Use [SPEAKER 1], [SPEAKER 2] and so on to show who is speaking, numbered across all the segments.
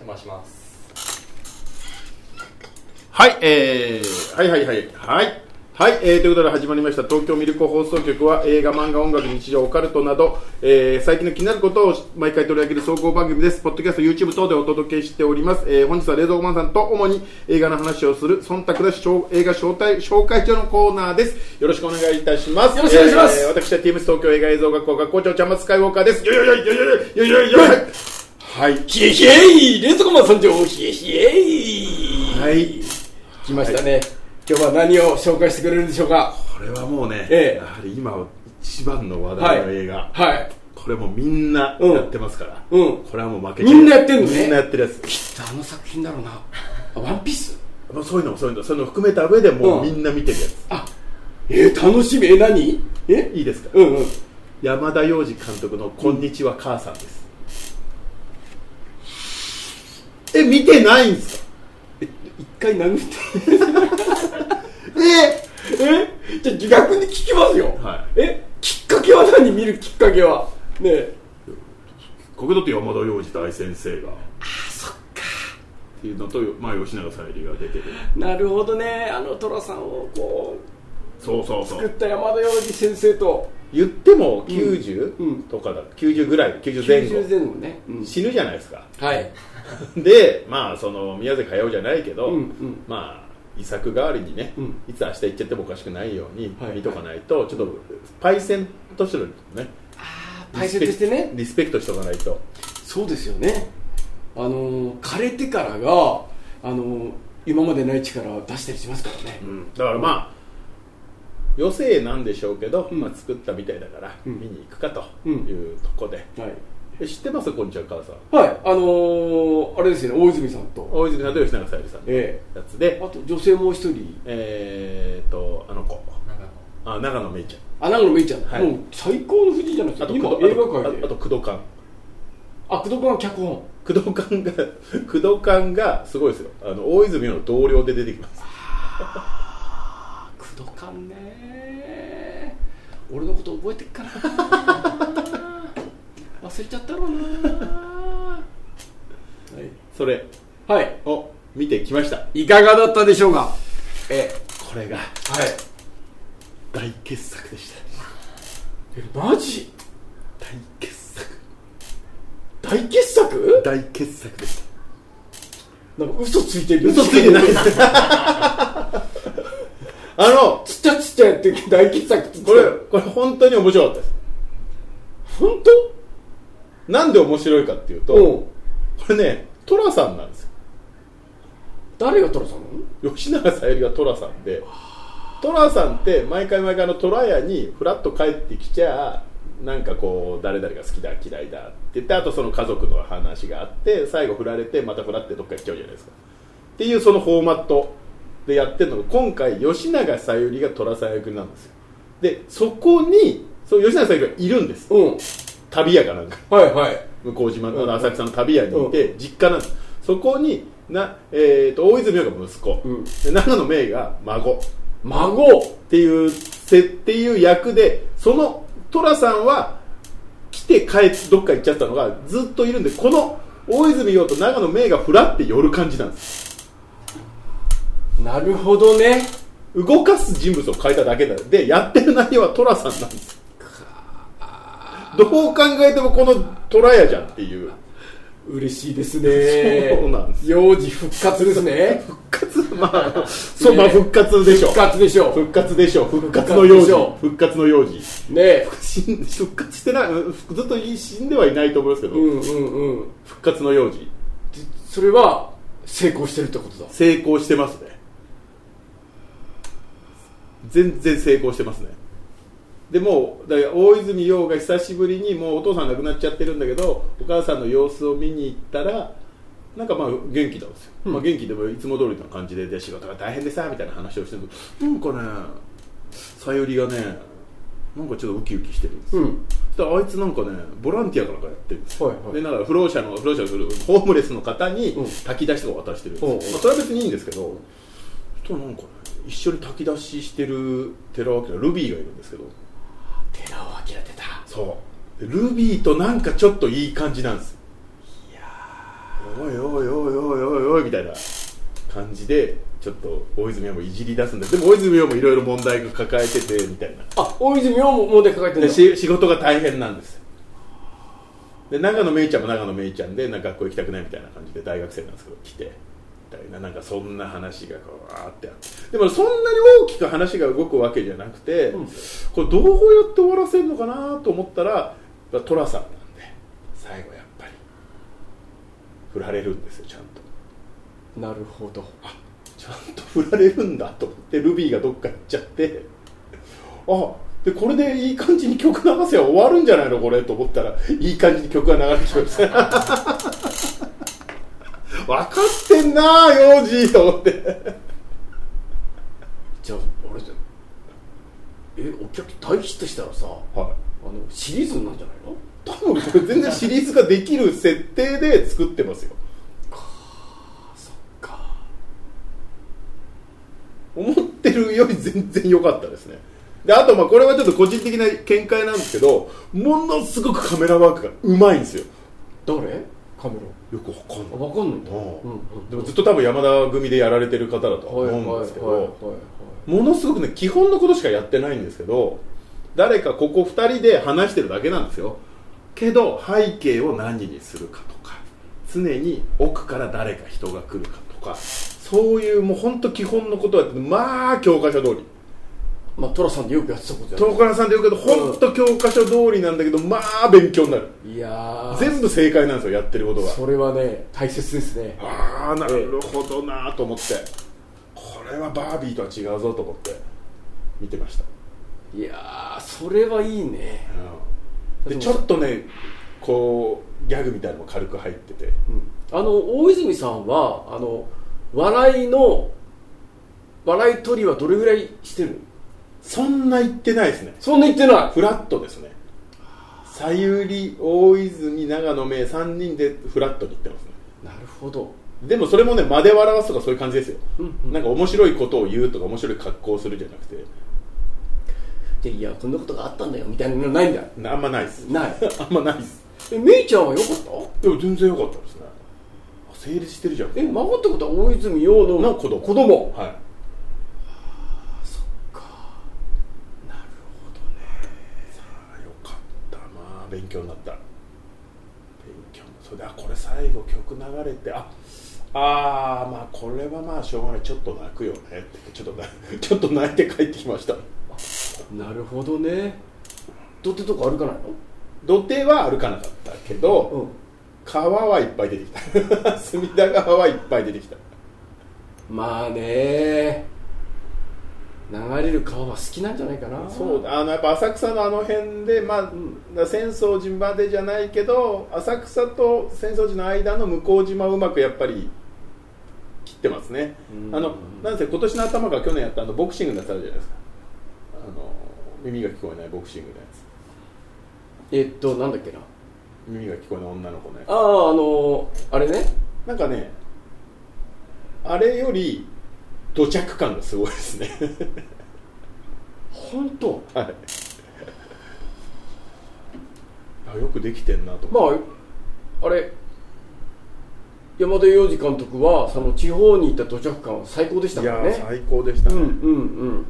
[SPEAKER 1] お邪魔します
[SPEAKER 2] はい、えー、はいはいはいはい。はい、えー、ということで始まりました東京ミルク放送局は映画、漫画、音楽、日常、オカルトなど、えー、最近の気になることを毎回取り上げる総合番組です。ポッドキャスト、YouTube 等でお届けしております。えー、本日は冷蔵庫マンさんと主に映画の話をする忖度なし紹映画招待紹介所のコーナーです。よろしくお願いいたします。
[SPEAKER 3] よろしくお願いします
[SPEAKER 2] えー私は TMS 東京映画映像学校学校長、ちゃんまつかいウォーカーです。よいよいよいよいよいよいよいよいよはい。
[SPEAKER 3] ひえひえい冷蔵庫マン参上ひえひえい
[SPEAKER 2] はい。
[SPEAKER 3] 来ましたね、今日は何を紹介してくれるんでしょうか
[SPEAKER 2] これはもうね、
[SPEAKER 3] ええ
[SPEAKER 2] やはり今一番の話題の映画、
[SPEAKER 3] はい
[SPEAKER 2] これもうみんなやってますから、
[SPEAKER 3] うん
[SPEAKER 2] これはもう負けてる
[SPEAKER 3] みんなやってんのね
[SPEAKER 2] みんなやってるやつ
[SPEAKER 3] きっとあの作品だろうなあワンピース
[SPEAKER 2] もうそういうのもそういうのそういうの含めた上でも
[SPEAKER 3] う
[SPEAKER 2] うみ
[SPEAKER 3] ん
[SPEAKER 2] んな見てるやつ、
[SPEAKER 3] あえー、楽しみえ何え
[SPEAKER 2] いいですか、
[SPEAKER 3] うんうん
[SPEAKER 2] 山田洋次監督の「こんにちは母さん」です、え見てないんですか
[SPEAKER 3] 一回殴ってえ
[SPEAKER 2] え
[SPEAKER 3] じゃあ逆に聞きますよ、
[SPEAKER 2] は
[SPEAKER 3] えきっかけは何見るきっかけはねえ
[SPEAKER 2] ここだと山田洋次大先生がああそっかっていうのと、まあ、吉永小百合が出てる
[SPEAKER 3] なるほどねあの寅さんをこう
[SPEAKER 2] そうそうそう
[SPEAKER 3] 作った山田洋次先生と
[SPEAKER 2] 言っても90、
[SPEAKER 3] うん
[SPEAKER 2] とかだ90ぐらい90前後
[SPEAKER 3] 90前後ね、うん
[SPEAKER 2] 死ぬじゃないですか
[SPEAKER 3] はい
[SPEAKER 2] でまあその宮崎駿じゃないけど、
[SPEAKER 3] うんうん
[SPEAKER 2] まあ遺作代わりにね、
[SPEAKER 3] うん
[SPEAKER 2] いつ明日行っちゃってもおかしくないように
[SPEAKER 3] はい
[SPEAKER 2] 見とかないと、ちょっとパイセンとしてのね
[SPEAKER 3] 大切してね
[SPEAKER 2] リスペクトしておかないと
[SPEAKER 3] そうですよねあの枯れてからがあの今までない力を出したりしますからね、
[SPEAKER 2] だからまあ余生なんでしょうけど、
[SPEAKER 3] うん
[SPEAKER 2] まあ、作ったみたいだから、
[SPEAKER 3] うん
[SPEAKER 2] 見に行くかというとこで、
[SPEAKER 3] はい、
[SPEAKER 2] え知ってますこんにちは母さん
[SPEAKER 3] はい、あのーあれですよね大泉さんと
[SPEAKER 2] 大泉さんと吉永小百合さんのや
[SPEAKER 3] え
[SPEAKER 2] つ
[SPEAKER 3] え
[SPEAKER 2] で
[SPEAKER 3] あと女性もう一人
[SPEAKER 2] えーっとあの子
[SPEAKER 1] なんか
[SPEAKER 2] あ長野めいちゃん
[SPEAKER 3] あ長野めいちゃん、
[SPEAKER 2] はい
[SPEAKER 3] もう最高の富士じゃないです
[SPEAKER 2] あ
[SPEAKER 3] か
[SPEAKER 2] と
[SPEAKER 3] 今
[SPEAKER 2] 工藤
[SPEAKER 3] 映画界
[SPEAKER 2] あと
[SPEAKER 3] で
[SPEAKER 2] あと工藤館
[SPEAKER 3] あ工藤君は脚本
[SPEAKER 2] 工藤館が 工藤館がすごいですよあの大泉洋の同僚で出てきます
[SPEAKER 3] あ工藤君ね俺のこと覚えてっ から忘れちゃったろうなは
[SPEAKER 2] それ
[SPEAKER 3] い、はい
[SPEAKER 2] を見てきました
[SPEAKER 3] いかがだったでしょうかえ
[SPEAKER 2] これが
[SPEAKER 3] えはい
[SPEAKER 2] 大傑作でした
[SPEAKER 3] えマジ
[SPEAKER 2] 大傑作
[SPEAKER 3] 大傑作
[SPEAKER 2] 大傑作でし
[SPEAKER 3] なんか嘘ついて
[SPEAKER 2] た
[SPEAKER 3] る
[SPEAKER 2] 嘘ついてないです あの
[SPEAKER 3] ちっちゃちっちゃやってる大傑作って言ってた
[SPEAKER 2] これこれ本当に面白かったです
[SPEAKER 3] 本当
[SPEAKER 2] なんで面白いかっていうと
[SPEAKER 3] うん
[SPEAKER 2] これね寅さんなんですよ
[SPEAKER 3] 誰がトラさんなの
[SPEAKER 2] 吉永小百合が寅さんで寅さんって毎回毎回あの寅屋にフラッと帰ってきちゃなんかこう誰々が好きだ嫌いだって言ってあとその家族の話があって最後振られてまた振らってどっか行っちゃうじゃないですかっていうそのフォーマットでやってるのが今回吉永小百合が寅さん役なんですよでそこにそう吉永小百合がいるんです
[SPEAKER 3] うん
[SPEAKER 2] 旅屋かなんか
[SPEAKER 3] はいはい
[SPEAKER 2] 向島の浅草の旅屋にいて、実家なんですそこにな、えー、と大泉洋が息子、
[SPEAKER 3] うん
[SPEAKER 2] で長野芽郁が孫っ
[SPEAKER 3] 孫
[SPEAKER 2] ていうせっていう役でその寅さんは来て帰ってどっか行っちゃったのがずっといるんでこの大泉洋と長野芽郁がふらって寄る感じなんです
[SPEAKER 3] なるほどね
[SPEAKER 2] 動かす人物を変えただけなのでやってる内容は寅さんなんですどう考えてもこの寅屋じゃんっていう
[SPEAKER 3] 嬉しいですね
[SPEAKER 2] そうなんです
[SPEAKER 3] 幼児復活ですね
[SPEAKER 2] 復活まあそうまあ復活でしょう
[SPEAKER 3] 復活でしょう
[SPEAKER 2] 復活でしょう復活の用
[SPEAKER 3] 復活でしょ
[SPEAKER 2] 事復活の用事
[SPEAKER 3] ねえ
[SPEAKER 2] 死ん復活してないうんずっと死んではいないと思いますけど、
[SPEAKER 3] うんうんうん
[SPEAKER 2] 復活の用事
[SPEAKER 3] でそれは成功してるってことだ
[SPEAKER 2] 成功してますね全然成功してますねでもうだから大泉洋が久しぶりにもうお父さん亡くなっちゃってるんだけどお母さんの様子を見に行ったらなんかまあ元気なんですよ、まあ、元気でもいつも通りの感じでで仕事が大変でさみたいな話をしてるんだけどなんかねさゆりがねなんかちょっとウキウキしてるんですよ、
[SPEAKER 3] うん
[SPEAKER 2] そしたらあいつなんかねボランティアかなんかやってるんですよ、
[SPEAKER 3] はいはい
[SPEAKER 2] でなんか不老者の不老者するホームレスの方に
[SPEAKER 3] うん
[SPEAKER 2] 炊き出しとか渡してるんですよ、
[SPEAKER 3] うんうん
[SPEAKER 2] まあ、それは別にいいんですけどそしたらなんかね一緒に炊き出ししてる寺脇のルビーがいるんですけど
[SPEAKER 3] 寺尾明出た
[SPEAKER 2] そうでルビーとなんかちょっといい感じなんです
[SPEAKER 3] いや
[SPEAKER 2] おいおいおいおたいな感じでちょっと大泉洋もいじり出すんだでも大泉洋もいろいろ問題が抱えててみたいな
[SPEAKER 3] あ大泉洋も問題抱えてる
[SPEAKER 2] で
[SPEAKER 3] んだ
[SPEAKER 2] し仕事が大変なんですよで長野めいちゃんも長野めいちゃんでなんか学校行きたくないみたいな感じで大学生なんですけど来てみたいななんかそんな話がこうわーってあってでもそんなに大きく話が動くわけじゃなくて、
[SPEAKER 3] うん
[SPEAKER 2] これどうやって終わらせるのかなと思ったらやっぱ寅さんなんで最後やっぱり振られるんですよちゃんと
[SPEAKER 3] なるほど
[SPEAKER 2] ちゃんと振られるんだと思ってルビーがどっか行っちゃってあでこれでいい感じに曲流せば終わるんじゃないのこれと思ったらいい感じに曲が流れてきました 分かってんなあ幼児と思って
[SPEAKER 3] じゃああれだよえお客大ヒットしたらさあ
[SPEAKER 2] は
[SPEAKER 3] のシリーズになんじゃないの
[SPEAKER 2] い多分これ全然シリーズができる設定で作ってますよ
[SPEAKER 3] そっか
[SPEAKER 2] 思ってるより全然良かったですねであとまあこれはちょっと個人的な見解なんですけどものすごくカメラワークがうまいんですよ
[SPEAKER 3] 誰カメ
[SPEAKER 2] よくわかんない
[SPEAKER 3] ラあ分かんないんだ
[SPEAKER 2] なあ
[SPEAKER 3] うんうん
[SPEAKER 2] でもずっと多分山田組でやられてる方だとは
[SPEAKER 3] はいはい
[SPEAKER 2] 思う
[SPEAKER 3] は
[SPEAKER 2] ん
[SPEAKER 3] い
[SPEAKER 2] ですけど、
[SPEAKER 3] はい
[SPEAKER 2] ものすごくね基本のことしかやってないんですけど誰かここ2人で話してるだけなんですよけど背景を何にするかとか常に奥から誰か人が来るかとかそういうもう本当基本のことはまあ教科書通り
[SPEAKER 3] まあ寅さんでよくやってたことじゃ
[SPEAKER 2] 東倉さんで言うけど本当教科書通りなんだけどまあ勉強になる
[SPEAKER 3] いいやー
[SPEAKER 2] 全部正解なんですよやってることが
[SPEAKER 3] それはね大切ですね
[SPEAKER 2] ああなるほどなと思ってこれはバービーとは違うぞと思って見てました、
[SPEAKER 3] いやーそれはいいね
[SPEAKER 2] でちょっとねこうギャグみたいなのも軽く入ってて
[SPEAKER 3] あの大泉さんはあの笑いの笑い取りはどれぐらいしてる
[SPEAKER 2] そんな言ってないですね
[SPEAKER 3] そんな言ってない
[SPEAKER 2] フラットですねさゆり大泉長野め3人でフラットに行ってますね
[SPEAKER 3] なるほど
[SPEAKER 2] でもそれもね間で笑わすとかそういう感じですよ、
[SPEAKER 3] うんうん
[SPEAKER 2] なんか面白いことを言うとか面白い格好をするじゃなくて
[SPEAKER 3] でいやこんなことがあったんだよみたいなのないんだ
[SPEAKER 2] なあんまないです
[SPEAKER 3] ない
[SPEAKER 2] あんまないです
[SPEAKER 3] えめいちゃんはよかった
[SPEAKER 2] でも全然良かったですねあ成立してるじゃん
[SPEAKER 3] え孫ってことは大泉洋の
[SPEAKER 2] の子供
[SPEAKER 3] 子供
[SPEAKER 2] はい
[SPEAKER 3] なるほど
[SPEAKER 2] あよかったまあ勉強になった勉強それであこれ最後曲流れてああーまあこれはまあしょうがないちょっと泣くよねってちょっとな ちょっと泣いて帰ってきました
[SPEAKER 3] ねなるほどねどってとこ歩かないの
[SPEAKER 2] 土手は歩かなかったけど、
[SPEAKER 3] うん
[SPEAKER 2] 川はいっぱい出てきた 隅田川はいっぱい出てきた
[SPEAKER 3] まあね流れる川は好きなんじゃないかな
[SPEAKER 2] そうだあのやっぱ浅草のあの辺で、まあ
[SPEAKER 3] ん
[SPEAKER 2] だ浅草寺までじゃないけど浅草と浅草寺の間の向島をうまくやっぱり切ってますね、
[SPEAKER 3] うん
[SPEAKER 2] あのなんせ今年の頭から去年やったあのボクシングのやつあるじゃないですかあの耳が聞こえないボクシングのやつ
[SPEAKER 3] えっとなんだっけな
[SPEAKER 2] 耳が聞こえない女の子のや
[SPEAKER 3] あああのあれね
[SPEAKER 2] つなんかねあれより土着感がすごいですね
[SPEAKER 3] 本当
[SPEAKER 2] はいあよくできてんなと思って
[SPEAKER 3] まああれ山田洋次監督はその地方に行った土着感は最高でした
[SPEAKER 2] い
[SPEAKER 3] か
[SPEAKER 2] や
[SPEAKER 3] ら
[SPEAKER 2] ー
[SPEAKER 3] ね
[SPEAKER 2] 最高でした
[SPEAKER 3] う
[SPEAKER 2] ね、
[SPEAKER 3] んうんうん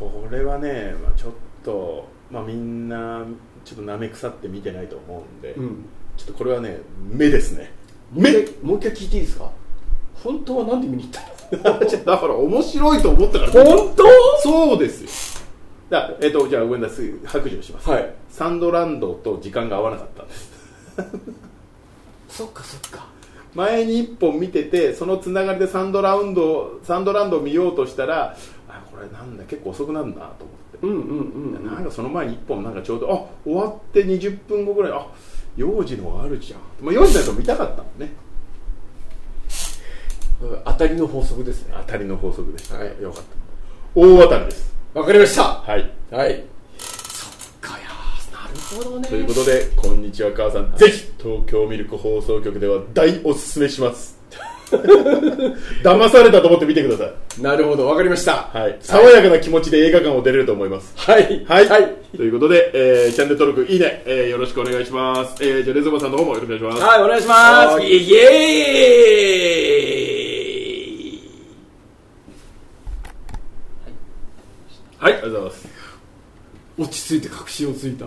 [SPEAKER 2] これはね、まあ、ちょっと、まあ、みんなちょっとなめ腐って見てないと思うんで、
[SPEAKER 3] うん
[SPEAKER 2] ちょっとこれはね目ですね
[SPEAKER 3] もう一回もう一回聞いていいですか本当はなんで見に行った
[SPEAKER 2] だから面白いと思ったから
[SPEAKER 3] 本当
[SPEAKER 2] そうですよだえっ、とじゃあごめんなさい白状します、
[SPEAKER 3] はい
[SPEAKER 2] サンドランドと時間が合わなかったんです
[SPEAKER 3] そっかそっか
[SPEAKER 2] 前に1本見ててそのつながりでサンドラウンドサンドランドを見ようとしたらあこれなんだ結構遅くなるなと思って
[SPEAKER 3] うんうんうんうん
[SPEAKER 2] なんかその前に1本なんかちょうどあ終わって20分後ぐらいあ幼児のあるじゃん、まあ、幼児のやつも見たかったもんね
[SPEAKER 3] うん当たりの法則ですね
[SPEAKER 2] 当たりの法則でしたね、
[SPEAKER 3] はい
[SPEAKER 2] よかった大当たりです
[SPEAKER 3] わかりました
[SPEAKER 2] はい
[SPEAKER 3] はいそっかやーなるほどね
[SPEAKER 2] ということで「こんにちは母さん」ぜひ東京ミルク放送局では大おすすめします 騙されたと思って見てくださ
[SPEAKER 3] なるほどわかりました
[SPEAKER 2] い、はい、爽やかな気持ちで映画館を出れると思います
[SPEAKER 3] はい
[SPEAKER 2] はい、
[SPEAKER 3] はい
[SPEAKER 2] ということで、えーチャンネル登録いいね、えーよろしくお願いします、えーじゃあレズマさんの方もよろしくお願いします
[SPEAKER 3] はい、お願いします。イエーイ
[SPEAKER 2] はいありがとうございます
[SPEAKER 3] 落ち着いて確信をついた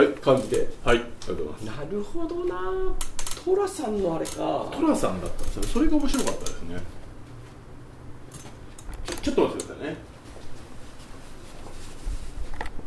[SPEAKER 2] はい
[SPEAKER 3] 感じで
[SPEAKER 2] はいありがとうございます
[SPEAKER 3] なるほどなトラさんのあれか
[SPEAKER 2] 寅さんだったんですよそれが面白かったですね